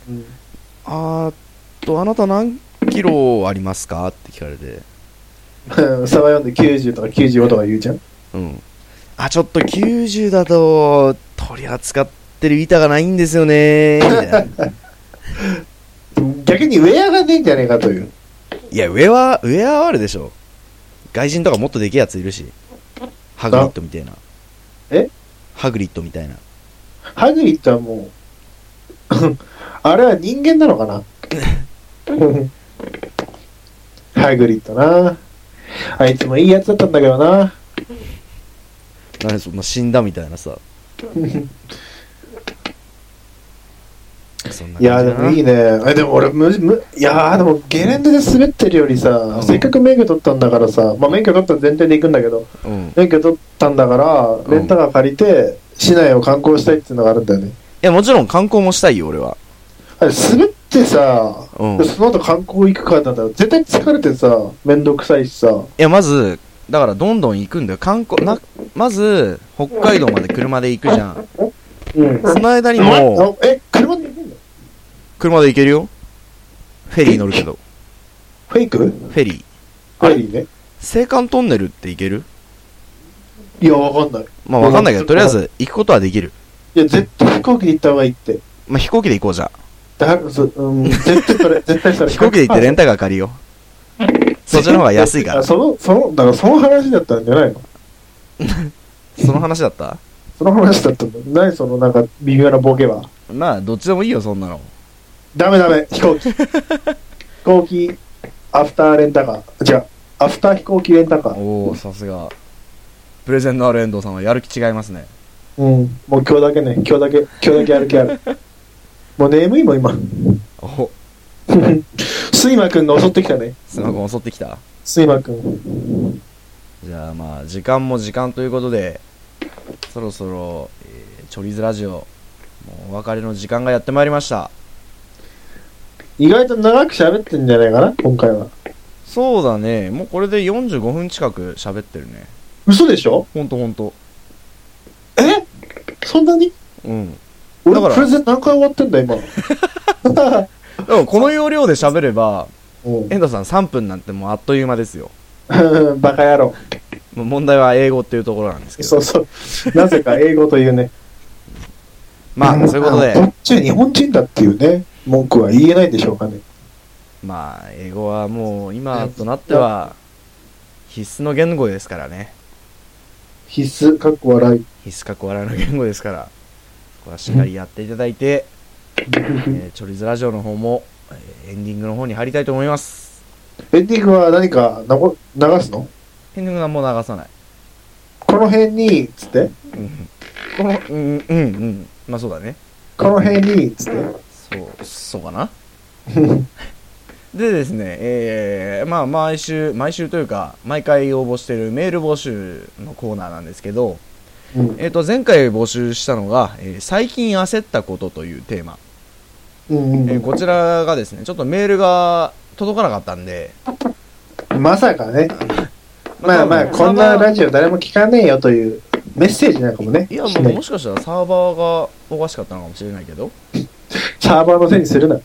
S2: うん
S1: あーっと、あなた何キロありますかって聞かれて、
S2: サバ読んで90とか95とか言うじゃん。
S1: うん。あ、ちょっと90だと、取り扱ってる板がないんですよねみたいな。
S2: 逆にウェアがねえんじゃねえかという。
S1: いや、上は、上はあるでしょ。外人とかもっとでけえやついるし。ハグリットみたいな。
S2: え
S1: ハグリットみたいな。
S2: ハグリッドはもう、 あれは人間なのか なハグリッドな。あいつもいいやつだったんだけどな。
S1: なんでそんな死んだみたいなさ。そんない
S2: やーでもいい
S1: ね。
S2: ね。えでも俺むむ、いやーでもゲレンデで滑ってるよりさ、
S1: ん
S2: せっかく免許取ったんだからさ、まあ免許取った前提で行くんだけど、
S1: うん。い
S2: 免許取ったんだから、レンタカー借りて、市内を観光したいっていうのがあるんだよね。
S1: や、もちろん観光もしたいよ、俺は。
S2: あれ滑ってさ、
S1: うん。
S2: で
S1: い
S2: その後観光行くからなんだよ。絶対疲れてさ、めんどくさいしさ。
S1: や、まず、だからどんどん行くんだよ。観光、な、まず、北海道まで車で行くじゃん。
S2: うん。
S1: その間にも、
S2: あえ、車で行くんだ
S1: 車で行けるよ。フェリー乗るけど。
S2: フェイクフ
S1: フェリー。
S2: ェリーね。
S1: 青函トンネルって行ける
S2: いや、わかんない。
S1: まあわかんないけど、とりあえず行くことはできる。
S2: いや、絶対飛行機で行った方がいいって。
S1: まあ飛行機で行こうじゃん。
S2: だから、そうん、絶対それ、絶対そ れ。
S1: 飛行機で行ってレン
S2: タ
S1: タカー借り よう。そっちの方が安いから。そ
S2: その、その、だからその話だったんじゃないの
S1: の話だった
S2: その話だったんだよ。何その、なんか、微妙なボケは。
S1: まあ、どっちでもいいよ、そんなの。
S2: ダメダメ、飛行 機。飛行機、アフターレンタカー。違う、アフター飛行機レンタカー。
S1: おおさすが。プレゼンのある遠藤さんはやる気違いますね。
S2: うん。もう今日だけね、今日だけ、今日だけ歩きある。もう眠いも ん、今。
S1: お
S2: スイマくんが襲ってきたね。
S1: スマホ襲ってきた。
S2: スイマくん。
S1: じゃあまあ、時間も時間ということで、そろそろ、えーチョリズラジオ、もうお別れの時間がやってまいりました。
S2: 意外と長く喋ってんじゃないかな、今回は。
S1: そうだね、もうこれで45分近く喋ってるね。
S2: 嘘でしょ
S1: ほんとほんと。
S2: えそんなに
S1: うん。だか
S2: 俺
S1: ら
S2: プレゼン何回終わってん だ、今。
S1: でもこの要領で喋れば、
S2: うん
S1: 遠藤さん3分なんてもうあっという間ですよ。
S2: バカ野郎。
S1: もう問題は英語っていうところなんですけ
S2: そ
S1: ど
S2: う。そう。なぜか英語というね。
S1: まあ、そういうこと
S2: こ
S1: で、
S2: っちは日本人だっていうね、文句は言えないんでしょうかね。
S1: まあ、英語はもう今となっては必須の言語ですからね。
S2: 必須、かっこ笑い。
S1: 必須かっこ笑いの言語ですから、ここはしっかりやっていただいて、えーチョリズラジオの方も、えーエンディングの方に入りたいと思います。
S2: エンディングは何かなご流すの
S1: エンディングはもう流さない。
S2: この辺に、つって。
S1: うんこの、うん、うん、うん。まあそうだね。
S2: この辺に、つって。
S1: そう、そうかな。でですね、えーまあ毎週、毎週というか、毎回応募してるメール募集のコーナーなんですけど、
S2: うん
S1: えっ、と、前回募集したのが、えー最近焦ったことというテーマ。
S2: うん
S1: えーこちらがですね、ちょっとメールが届かなかったんで、
S2: まさかね、まあまあ、
S1: 多分
S2: こんな
S1: サーバー
S2: ラジオ誰も聞かねえよというメッセージなんかもね、
S1: いや、
S2: し
S1: も
S2: な
S1: う
S2: い
S1: もしかしたらサーバーがおかしかったのかもしれないけど、
S2: サーバーのせいにするな。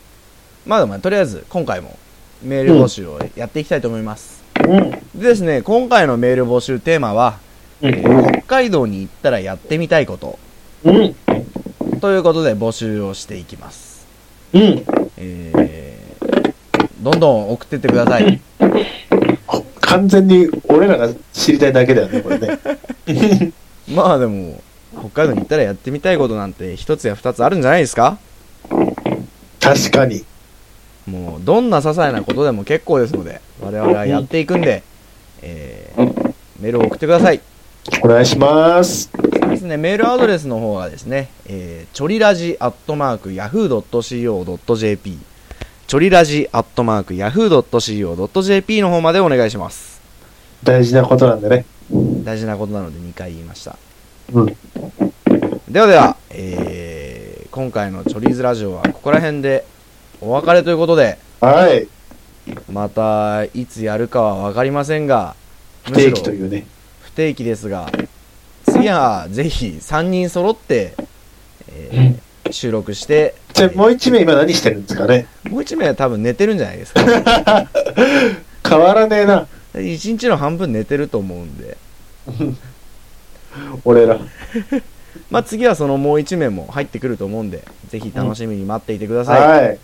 S1: まあでも、とりあえず今回もメール募集をやっていきたいと思います。
S2: うん。
S1: でですね、今回のメール募集テーマは、
S2: う
S1: えー北海道に行ったらやってみたいこと
S2: うん。
S1: ということで募集をしていきます。
S2: うん。
S1: えーどんどん送ってってください。
S2: 完全に俺らが知りたいだけだよね、これね。
S1: まあでも、北海道に行ったらやってみたいことなんて一つや二つあるんじゃないですか
S2: 確かに。
S1: もう、どんな些細なことでも結構ですので、我々はやっていくんで、えーメールを送ってください。
S2: お願いします。
S1: ですね、メールアドレスの方はですね、えー、ちょりラジアットマーク yahoo.co.jp ちょりラジアットマーク yahoo.co.jp の方までお願いします。
S2: 大事なことなんでね。
S1: 大事なことなので2回言いました。
S2: うん。
S1: ではでは、えー、今回のチョリーズラジオはここら辺でお別れということで、
S2: はい。
S1: またいつやるかはわかりませんが、。
S2: 不定期といううね。
S1: 不定期ですが、次はぜひ3人揃って、えー収録して、
S2: じゃあもう一名今何してるんですかね。
S1: もう一名は多分寝てるんじゃないですか。
S2: 変わらねえな、
S1: 一日の半分寝てると思うんで。
S2: 俺ら。
S1: まあ次はそのもう一名も入ってくると思うんで、ぜひ楽しみに待っていてください。
S2: はい。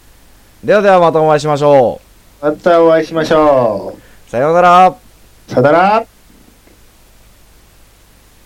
S1: ではではまたお会いしましょ
S2: またお会いしましょ
S1: う。さようなら。
S2: う。さよなら。